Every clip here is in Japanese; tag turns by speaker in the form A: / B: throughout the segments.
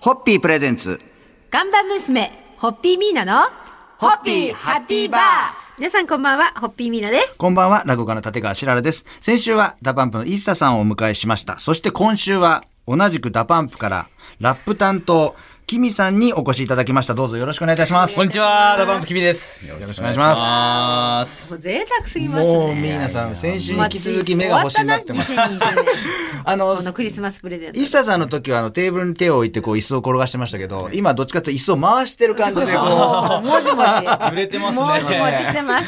A: ホッピープレゼンツ。
B: ガンバ娘、ホッピーミーナの、
A: ホッピーハッピーバー
B: 皆さんこんばんは、ホッピーミーナです。
A: こんばんは、落語家の立川しららです。先週はダパンプのイッサさんをお迎えしました。そして今週は、同じくダパンプから、ラップ担当、キミさんにお越しいただきました。どうぞよろしくお願いいたします。
C: こんにちは、ダバンプキミです。よろ
A: しくお願いします
C: ます。
B: もう贅沢すぎますね。
A: もう、ミーナさん、先週に引き続き目が星になってます。
B: 終わったな2020年
A: あの
B: このクリスマスプレゼント
A: イッ。サさんの時はあのテーブルに手を置いてこう椅子を転がしてましたけど、今どっちかというと椅子を回してる感じでこう。
B: そうもじも じ。
C: 揺れてますね。
B: もじもじ
C: はい
B: してます。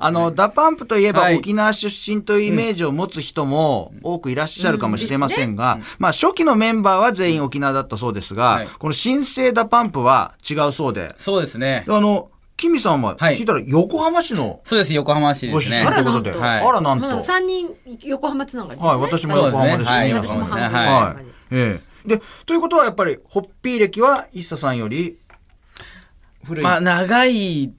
A: あの、ダパンプといえば
C: はい
A: 沖縄出身というイメージを持つ人も多くいらっしゃるかもしれませんが、まあ初期のメンバーは全員沖縄だったそうです
C: は
A: が
C: い、
A: この新生ダパンプは違うそうで、
C: そうですね。
A: あの、キミさんは
C: はい
A: 聞いたら横浜市の
C: そうです、横浜市
A: ご
C: です
A: 出
C: ね
A: 身。ということで、
B: あらなんと
A: あらなんと。
B: まあ
A: は
B: 三人、横浜つながりですね。
A: い、私も横浜です
C: そうですねはい
A: ね。
C: 横
B: 私も半分
C: 浜ですね
B: ぐらい
A: は
B: ま
A: い
B: で。。
A: ええ。で、ということはやっぱり、ホッピー歴は、イッサさんより、古い。
C: まあ、長い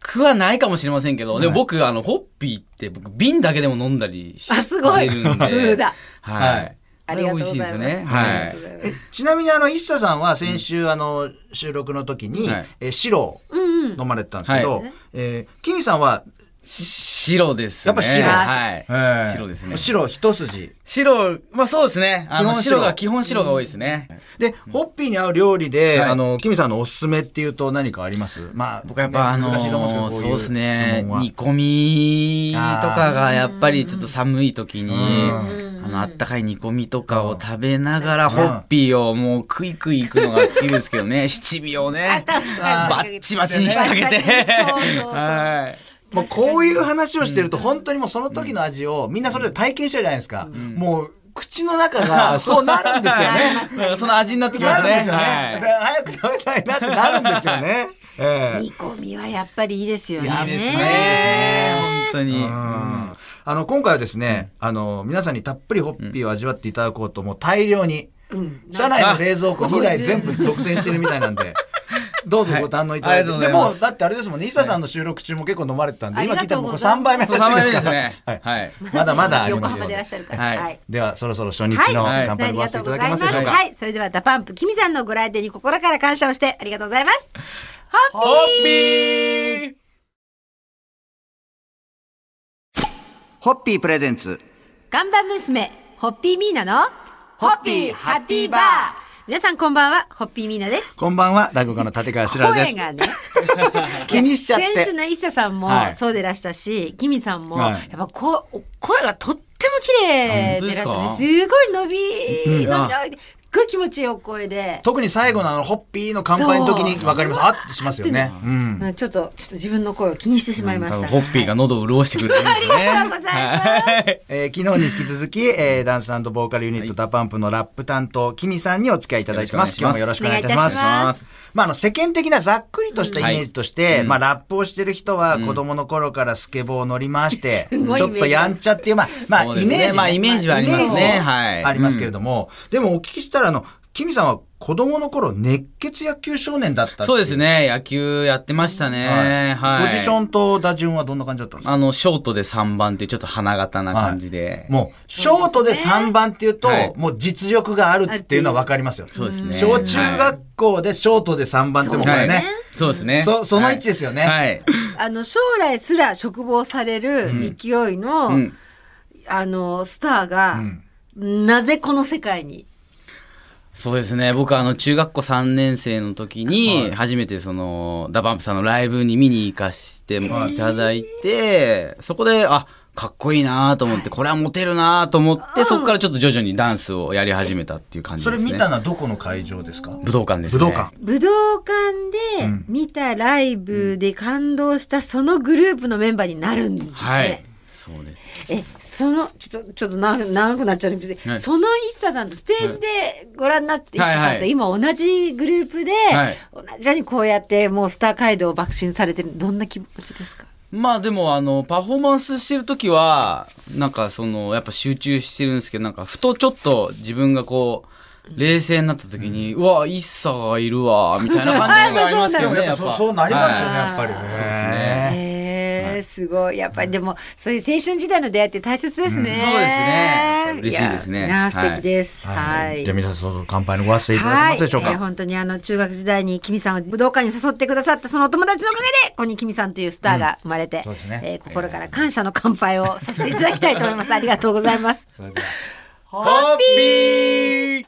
C: くはないかもしれませんけど、でも僕、あの、ホッピーって僕、瓶だけでも飲んだりし
B: あすごい
C: してるんで
B: 普通だ。
C: は
A: はい
C: い。
B: ありがとうございます。
C: これ美味しいですよね。
B: あり
C: は
B: が
C: い
B: とう。ございます
A: えちなみにあの、イッサさんは先週、あの、収録の時に、
C: はい
A: えー白を飲まれてたんですけど、
C: は
A: えーキミさんは、
C: 白ですね。
A: やっぱ白
C: はい
A: えー。
C: 白ですね。
A: 白一筋。
C: 白、まあそうですね。あの、
A: 基本白
C: 白が、基本白が多いですね。
A: で、ホッピーに合う料理で、
C: はい
A: あの、キミさんのおすすめっていうと何かありますまあ、
C: 僕はやっぱあ
A: ね
C: の
A: 難しいと思うん
C: ー
A: ですけ
C: そう
A: ど、こういう
C: で
A: 質
C: すね
A: 問は。
C: 煮込みとかがやっぱりちょっと寒い時にあのあったかい煮込みとかを食べながらホッピーをもうクイクイいくのが好きですけ どね七味をねバッチバチに引っ掛けて
B: そうそうそう
C: はい
A: もうこういう話をしてると、本当にもうその時の味を、みんなそれぞれ体験してるじゃないですか。もう、口の中 が、そうなるんですよ
B: あり
A: ね
B: ま。す
C: だからその 味になってきま
A: な
C: す
A: るん
C: ね
A: ですよね。だか
C: は
A: ら早く食べたいなってなるんですよ ね。ええ
B: 煮込みはやっぱりいいですよね。
A: いやですね
C: い本当に
A: うんあの、今回はですね、あの、皆さんにたっぷりホッピーを味わっていただこうと、もう大量に、車内の冷蔵庫2台全部独占してるみたいなんで、どうぞご堪能いただいて。
C: はい
A: で
C: ありがとうござい
A: も
C: ま
A: う、
C: す
A: だってあれですもんね、イサさんの収録中も結構飲まれてたんで、
B: はい
A: 今聞いたらもうこれ
B: あ
A: 3
B: り
A: 杯
B: が
A: 目の
B: とう
C: そう
A: 話
C: 三杯
A: で
C: 目ですす
A: から。
C: ね
A: は
C: はいい
A: まだまだあり
B: 横
A: ますよ
B: 浜でいらっしゃるから。
C: はい
A: では、そろそろ初日
B: はい、
A: の乾
B: はい
A: 杯
B: あ
A: ご
B: り
A: わ
B: が
A: せて
B: と
A: いうただ
B: ござ
A: け
B: い
A: ま
B: ますす。
A: でしょうか。
B: はい、それではダパンプ、キミさんのご来店に心から感謝をしてありがとうございます。ホッピー
C: ホッピー
A: ホッピープレゼンツ。
B: ガンバ娘、ホッピーミーナの、
A: ホッピーハッピーバー
B: 皆さんこんばんは、ホッピーミーナです。
A: こんばんは、落語家の立川しららで
B: 声
A: す。
B: がね、
A: 気にしちゃっ
B: 選手
A: て。
B: の伊勢さんも
A: はい
B: そうでらしたし、キミさんも、
A: はい
B: やっぱこう声がとっても綺麗でらっしゃ
C: あ
B: る
C: 本当
B: すごい伸び、伸び、
C: うん
B: 伸び、すっごい気持ちいいお声で。
A: 特に最後のあの、ホッピーの乾杯の時に
B: そう
A: 分かります。あっとしますよね。うん。
B: うんちょっと、ちょっと自分の声を気にしてしまいま
C: 多
B: し
C: 分
B: た。
C: ホッピーが喉を潤してくれるんですね
B: ありがとうございます
C: はい
A: えー昨日に引き続き、えーダンスボーカルユニットダパンプのラップ担当、キミさんにお付き合いいただいてます。今日も
C: よ
A: よろ
C: ろ
A: し
C: し
A: く
B: く
A: お
B: お
A: 願い
B: 願い
A: い
B: い
A: た
B: た
A: し
B: し
A: ま。
B: ますす
A: まあ、あの、世間的なざっくりとしたイメージとして、まあ、ラップをしてる人は子供の頃からスケボーを乗り回して、ち
B: すごいイメージ
A: ょっとやんちゃっていう、まあ、まあ、
C: そうで
A: イ
C: すね
A: メージね。
C: まあイメージはありますね
A: イメージ
C: はい
A: ありますけれども、でもお聞きしたら、あの、キミさんは子供の頃熱血野球少年だったってい
C: そうです。ね野球やってましたねはい
A: ポジションと打順はどんな感じだったんですか
C: あの、ショートで3番っていうちょっと花形な感じで。
A: もう、ショートで3番っていうと、
C: はい
A: もう実力があるっていうのは分かりますよ。
C: そうですね
A: 小中学校でショートで3番ってもうこれ
C: は
A: ね。
C: い。そうですね。
A: そその位
C: はい
A: 置ですよね
C: はい。
B: あの将来すら嘱望される勢いの、
C: うん
B: あのスターが、なぜこの世界に
C: そうですね。僕、あの、中学校3年生の時に、初めてその、ダバンプさんのライブに見に行かしてもいただいて、そこで、あ、かっこいいなと思って、これはモテるなと思って、そこからちょっと徐々にダンスをやり始めたっていう感じ
A: そ
C: で
A: れ
C: すね。
A: 見たのはどこの会場ですか
C: 武道館です
A: 武
C: ね。
A: 道館。。
B: 武道館で見たライブで感動したそのグループのメンバーになるんですね。
C: はい。そうです。
B: えそのちょっとちょっと長長くなっちゃうんですけど、
C: はい
B: その一茶さんとステージでご覧になって、
C: はい
B: 一茶さんと
C: はい
B: 今同じグループで、
C: はい
B: 同じようにこうやってもうスター街道を爆心されてるどんな気持ちですか
C: まあでもあのパフォーマンスしてる時はなんかそのやっぱ集中してるんですけどなんかふとちょっと自分がこう冷静になった時に、うわ一茶がいるわみたいな感じがありますけ
A: で
C: ど
A: も
C: ね
A: やっぱそうそうなりますよね、
C: はい
A: やっぱりね。そうです
B: へえ、すすごいやっぱりでもそういう青春時代の出会いって大切ですね、
C: うんそうですね嬉しいですね
B: やなあ素敵ですはい、
A: じゃあ皆さん、その乾杯のご発声いただけますでしょうか。
B: えー本当にあの中学時代にキミさんを武道館に誘ってくださったそのお友達のおかげでここにキミさんというスターが生まれて、
A: そうですね
B: えー心から感謝の乾杯をさせていただきたいと思います。ありがとうございます。
A: それでは
C: ホッピー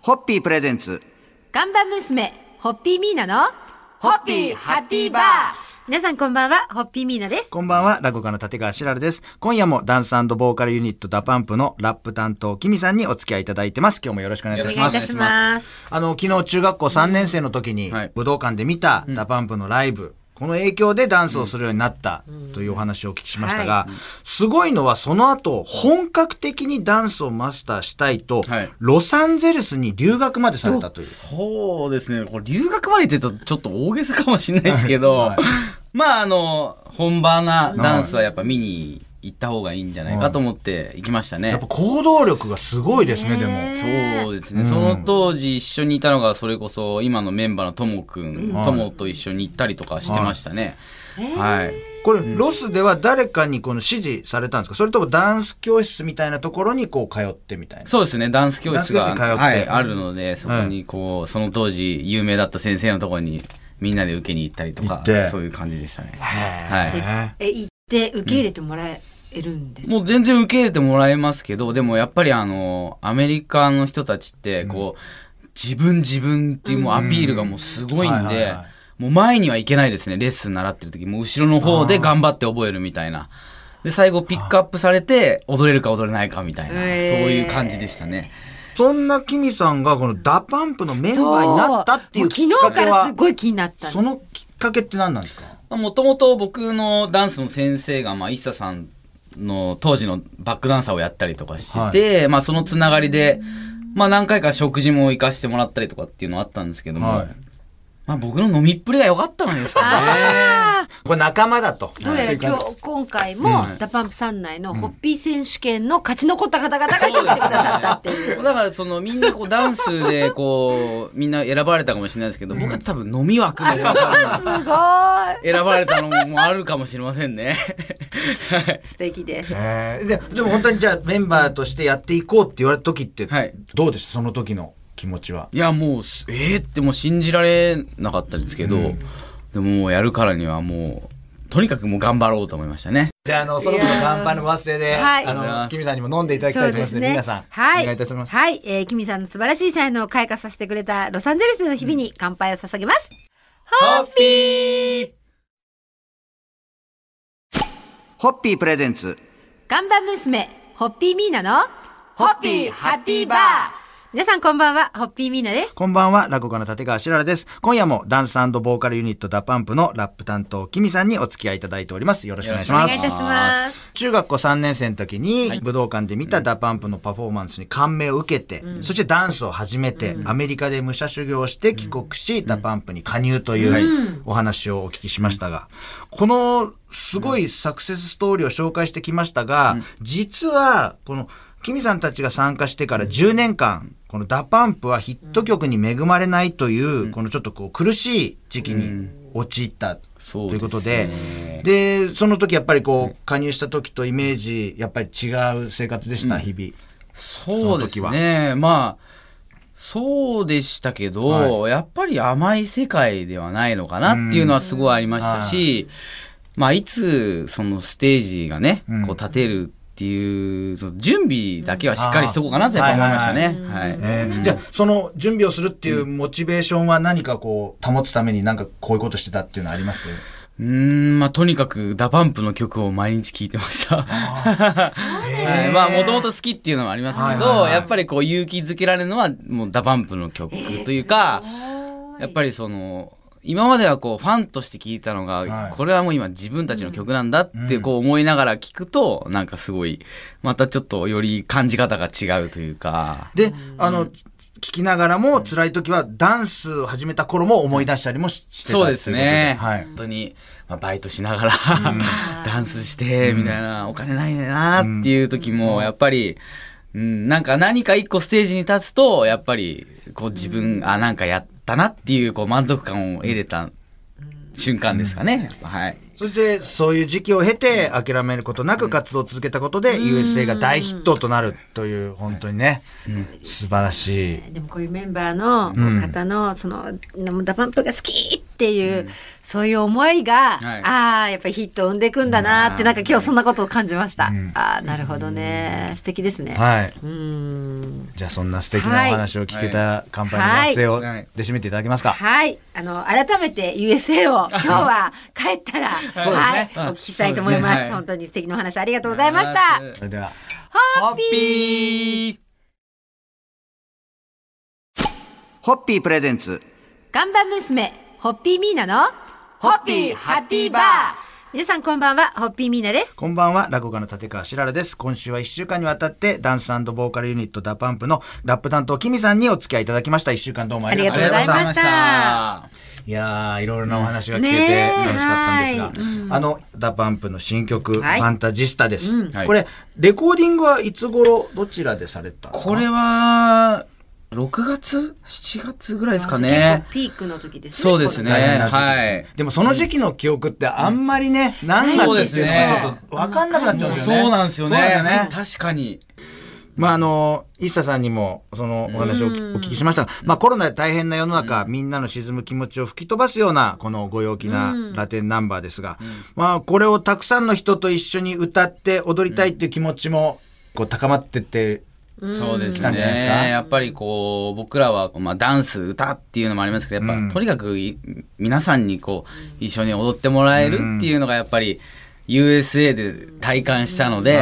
A: ホッピープレゼンツ。
B: ガンバ娘、ホッピーミーナの、ホッ
A: ピーハッピーバー
B: 皆さんこんばんは、ホッピーミーナです。
A: こんばんは、落語家の立川しらるです。今夜もダンスボーカルユニットダパンプのラップ担当、キミさんにお付き合いいただいてます。今日もよろしくお願いいた
B: お
A: し
B: 願
A: ま
B: いいた
A: す。
B: します。
A: あの、昨日中学校3年生の時に、
C: はい
A: 武道館で見たダパンプのライブ、この影響でダンスをするようになったというお話をお聞きしましたが、すごいのはその後、本格的にダンスをマスターしたいと、
C: はい
A: ロサンゼルスに留学までされたという。
C: そうですね。これ留学までって言うとちょっと大げさかもしれないですけど、まああの、本場なダンスはやっぱ見に行った方がいいんじゃないかと思って行きましたね。
A: やっぱ行動力がすごいですね、
B: ね
A: で
B: え
A: も。
C: そうですね、
A: うん
C: その当時一緒にいたのがそれこそ今のメンバーのともくん
A: ん
C: ともと一緒に行ったりとかしてましたね、はい
A: これ、ロスでは誰かにこの指示されたんですかそれともダンス教室みたいなところにこう通ってみたいな。
C: そうですねダンス教室が
A: ダンス教室に通って
C: はい、あるのでそこにこう、その当時有名だった先生のところにみんなで受けに行ったりと
A: 行
C: か
A: って
C: そういう感じでしたね
A: へー
B: え、行って受け入れてもらえるんですか、
C: もう全然受け入れてもらえますけどでもやっぱりあのアメリカの人たちってこう、自分自分っていうもうアピールがもうすごい
A: うん
C: ん
A: はいはい
C: で
A: はい
C: もう前にはいけないですねレッスン習ってる時もう後ろの方で頑張って覚えるみたいなで最後ピックアップされて踊れるか踊れないかみたいな、
B: へー
C: そういう感じでしたね
A: そんなキミさんがこのダパンプのメンバーになったっていう
B: そ
A: きっ
B: も
A: か
B: 昨日
A: け
B: から
A: は
B: す、ごい気になったんで
A: そ
B: す。
A: のきっかけって何なんですか
C: もともと僕のダンスの先生が、まあ、イッサさんの当時のバックダンサーをやったりとかしてて、まあ、そのつながりで、まあ、何回か食事も行かしてもらったりとかっていうのはあったんですけども、
A: はい
C: まあ、僕の飲みっぷりが良かったのですかね。
B: あー
A: これ仲間だと。
B: どうやら今日、今回も、ダパンプさん内のホッピー選手権の勝ち残った方々が来てくださったっていう。
C: だからそのみんなこうダンスでこうみんな選ばれたかもしれないですけど僕は多分飲み枠で選
B: あすごい。
C: ばれたのもあるかもしれませんね。はい
B: 素敵です。
A: えーででも本当にじゃあメンバーとしてやっていこうって言われた時って、
C: はい
A: どうでしたその時の気持ちは。
C: いやもうすえー、ってもう信じられなかったですけど、でももうやるからにはもうとにかくもう頑張ろうと思いましたね
A: じゃあ、あの、そろそろ乾杯の忘れで、
B: はい
A: あ
C: ありがとうございま
A: の、
C: す
A: キミさんにも飲んでいただきたいと思いますので、皆さん、
B: はい、
A: お願いいたします。
B: はい、えー、キミさんの素晴らしい才能を開花させてくれたロサンゼルスの日々に乾杯を捧げます。
A: ホッピー
D: ホッピープレゼンツ
B: 看板娘、ホッピーミーナの、ホッピーハッピーバー。皆さんこんばんは、ホッピーミーナです。
A: こんばんは、落語家の立川しららです。今夜もダンスボーカルユニットダパンプのラップ担当、キミさんにお付き合いいただいております。よろしくお願いし
B: お
A: ま
B: 願いい
A: す
B: た。します。
A: 中学校3年生の時に武道館で見たダパンプのパフォーマンスに感銘を受けて、そしてダンスを始めて、アメリカで武者修行をして帰国し、ダパンプに加入というお話をお聞きしましたが、このすごいサクセスストーリーを紹介してきましたが、実はこのキミさんたちが参加してから10年間、このダパンプはヒット曲に恵まれないという、このちょっとこう苦しい時期に陥った
C: そう
A: ということ
C: です
A: で、で、その時やっぱりこう、加入した時とイメージ、やっぱり違う生活でした、日々。
C: そうですねまあそうでしたけど、
A: は
C: やっぱり甘い世界ではないのかなっていうのはすごいありましたし、まあいつそのステージがね、こう立てるっていうその準備だけはしっかりしとこうかなとやっぱ思いましたね。はい
A: えーじゃあ、その準備をするっていうモチベーションは何かこう、保つためになんかこういうことしてたっていうのはあります
C: うーん、まあ、とにかく、ダパンプの曲を毎日聴いてました。はいまあ、もともと好きっていうのもありますけど、やっぱりこう、勇気づけられるのは、もう、ダパンプの曲というか、やっぱりその、今まではこう、ファンとして聴いたのが、
A: はい
C: これはもう今自分たちの曲なんだってこう思いながら聴くと、なんかすごい、またちょっとより感じ方が違うというか、
A: で、あの、聞きながらも辛い時はダンスを始めた頃も思い出したりもししてた
C: そうですね。
A: ということではい
C: 本当に、まあ、バイトしながら、 ダンスして、みたいな、お金ないねんなっていう時も、やっぱり、うん、なんか何か一個ステージに立つと、やっぱり、こう自分、あ、なんかやったなっていう、こう満足感を得れた瞬間ですかね。やっぱはい。
A: そして、そういう時期を経て、諦めることなく活動を続けたことで、USA が大ヒットとなるという、本当にね、素晴らしい。
B: でもこういうメンバーの方の、その「ダパンプが好き!」っていう、そういう思いが、
C: はい
B: ああやっぱりヒットを生んでいくんだなってなんか今日そんなことを感じました、ああなるほどね素敵ですね、
A: はい。
B: うん
A: じゃあ、そんな素敵なお話を聞けた乾杯の発声を、で締めていただけますか。
B: はい。あの、改めて USA を今日は帰ったら、
A: そうです
B: は
A: ね
B: い。お聞きしたいと思いま
C: そうで
B: す。
C: すねはい
B: 本当に素敵なお話ありがとうございました。
A: それでは、
B: ホッピー
A: ピー
D: ホッピープレゼンツ
B: ガンバ娘、ホッピーミーナの、ホッ
D: ピーハッピーバー
B: 皆さんこんばんは、ホッピーミーナです。
A: こんばんは、落語家の立川しららです。今週は1週間にわたって、ダンスボーカルユニットダパンプのラップ担当、キミさんにお付き合いいただきました。1週間どうもありがとうございま
B: ありがとうございました
C: あ
A: す。いやー、いろいろなお話が聞け
B: うん
A: て
B: ねー
A: 楽しかったんですが、あの、ダパンプの新曲、
B: はい
A: ファンタジスタです。
C: はい
A: これ、レコーディングはいつ頃、どちらでされたんですか
C: これは、6月 ?7 月ぐらいですかね。
B: ピークの時ですね。
C: そうですね。
A: 大変な時期です
C: は
A: ね
C: い。
A: でもその時期の記憶ってあんまりね、何月っていうのがちょっと分かんなくなっちゃうんです
C: そ
A: よね。
C: うなんですよ
A: そう
C: ね
A: なんですよ。
C: 確かに。
A: まあ、あの、一茶さんにも、その、お話をお聞お聞きしましたが、まあ、コロナで大変な世の中、みんなの沈む気持ちを吹き飛ばすような、このご陽気なラテンナンバーですが、まあ、これをたくさんの人と一緒に歌って踊りたいっていう気持ちも、こう、高まってって、
C: そうです
A: 来たんじゃないですか
C: ね。やっぱりこう、僕らは、まあ、ダンス、歌っていうのもありますけど、やっぱ、とにかくい、皆さんにこう、一緒に踊ってもらえるっていうのが、やっぱり、USA で体感したので、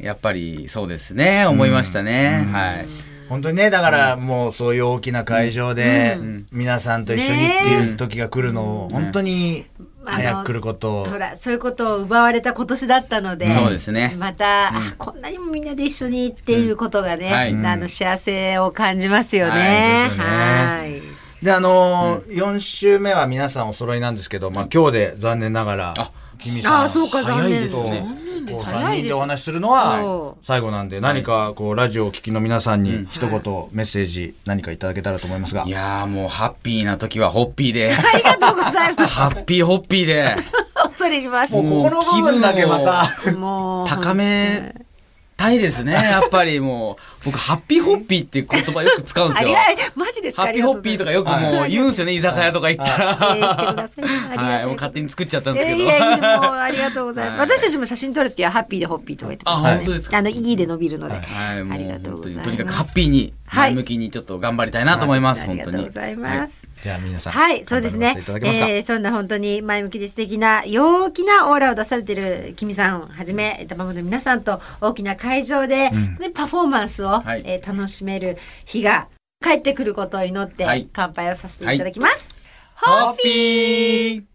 C: やっぱりそうですね、思いましたね。はい。
A: 本当にね、だから、もう、そういう大きな会場で、皆さんと一緒にっていう時が来るのを、本当に、
B: あの
A: 早く来ることを。
B: ほら、そういうことを奪われた今年だったので。
C: そうですね
B: また、あこんなにもみんなで一緒にっていうことがね、
C: うんはい
B: あの、幸せを感じますよね。
C: は
B: はい。
A: で、あのー4週目は皆さんお揃いなんですけど、まあ、今日で残念ながら、君さん。
B: あそうか残念
A: 早いですね
C: 残
A: こう3人でお話しするのは
B: そ
A: 最後なんで、何かこう、ラジオをお聞きの皆さんに一言、メッセージ、何かいただけたらと思いますが
C: い。やーもう、ハッピーな時はホッピ ーで、
B: ありがとうございます。
C: ハッピーホッピーで、
B: 恐れ入り ます。
A: もう、ここの部分だけまた、
B: もう
C: 高めたいですね、やっぱりもう、僕、ハッピーホッピーっていう言葉よく使うんで
B: あ
C: す
B: り
C: よ
B: が。マジですか
C: ハッピーホッピーとかよくもう言うんですよね、居酒屋とか行ったら。
B: ありがとうございますえー言ってください
C: は
B: ありがた
C: い、
B: い
C: もう勝手に作っちゃったん
B: い
C: です
B: や
C: けど。
B: いやいやもうありがとうございます、
C: はい
B: 私たちも写真撮るときはハッピーでホッピーとか言って
C: あ、
B: ます
C: 本当ですか。
B: あの意義で伸びるので、
C: はい、も
B: あ
C: う
B: りがとうご
C: 本当
B: ざい
C: に
B: ます
C: とにかくハッピーに
B: はい
C: 前向きにちょっと頑張りたいなと思います、
B: あり
C: 本
B: が
C: 当
B: とう
C: に
B: ご。ざいます、
A: じゃあ皆さん。
B: はい、そうです
A: 頑張りま。し
B: ね
A: ていただけますか、
B: えー、そんな本当に前向きで素敵な陽気なオーラを出されてるキミさんをはじめ、卵の皆さんと大きな会場で、ねパフォーマンスを、
C: はい
B: えー楽しめる日が帰ってくることを祈って、
C: はい
B: 乾杯をさせていただきます。
C: ハッピー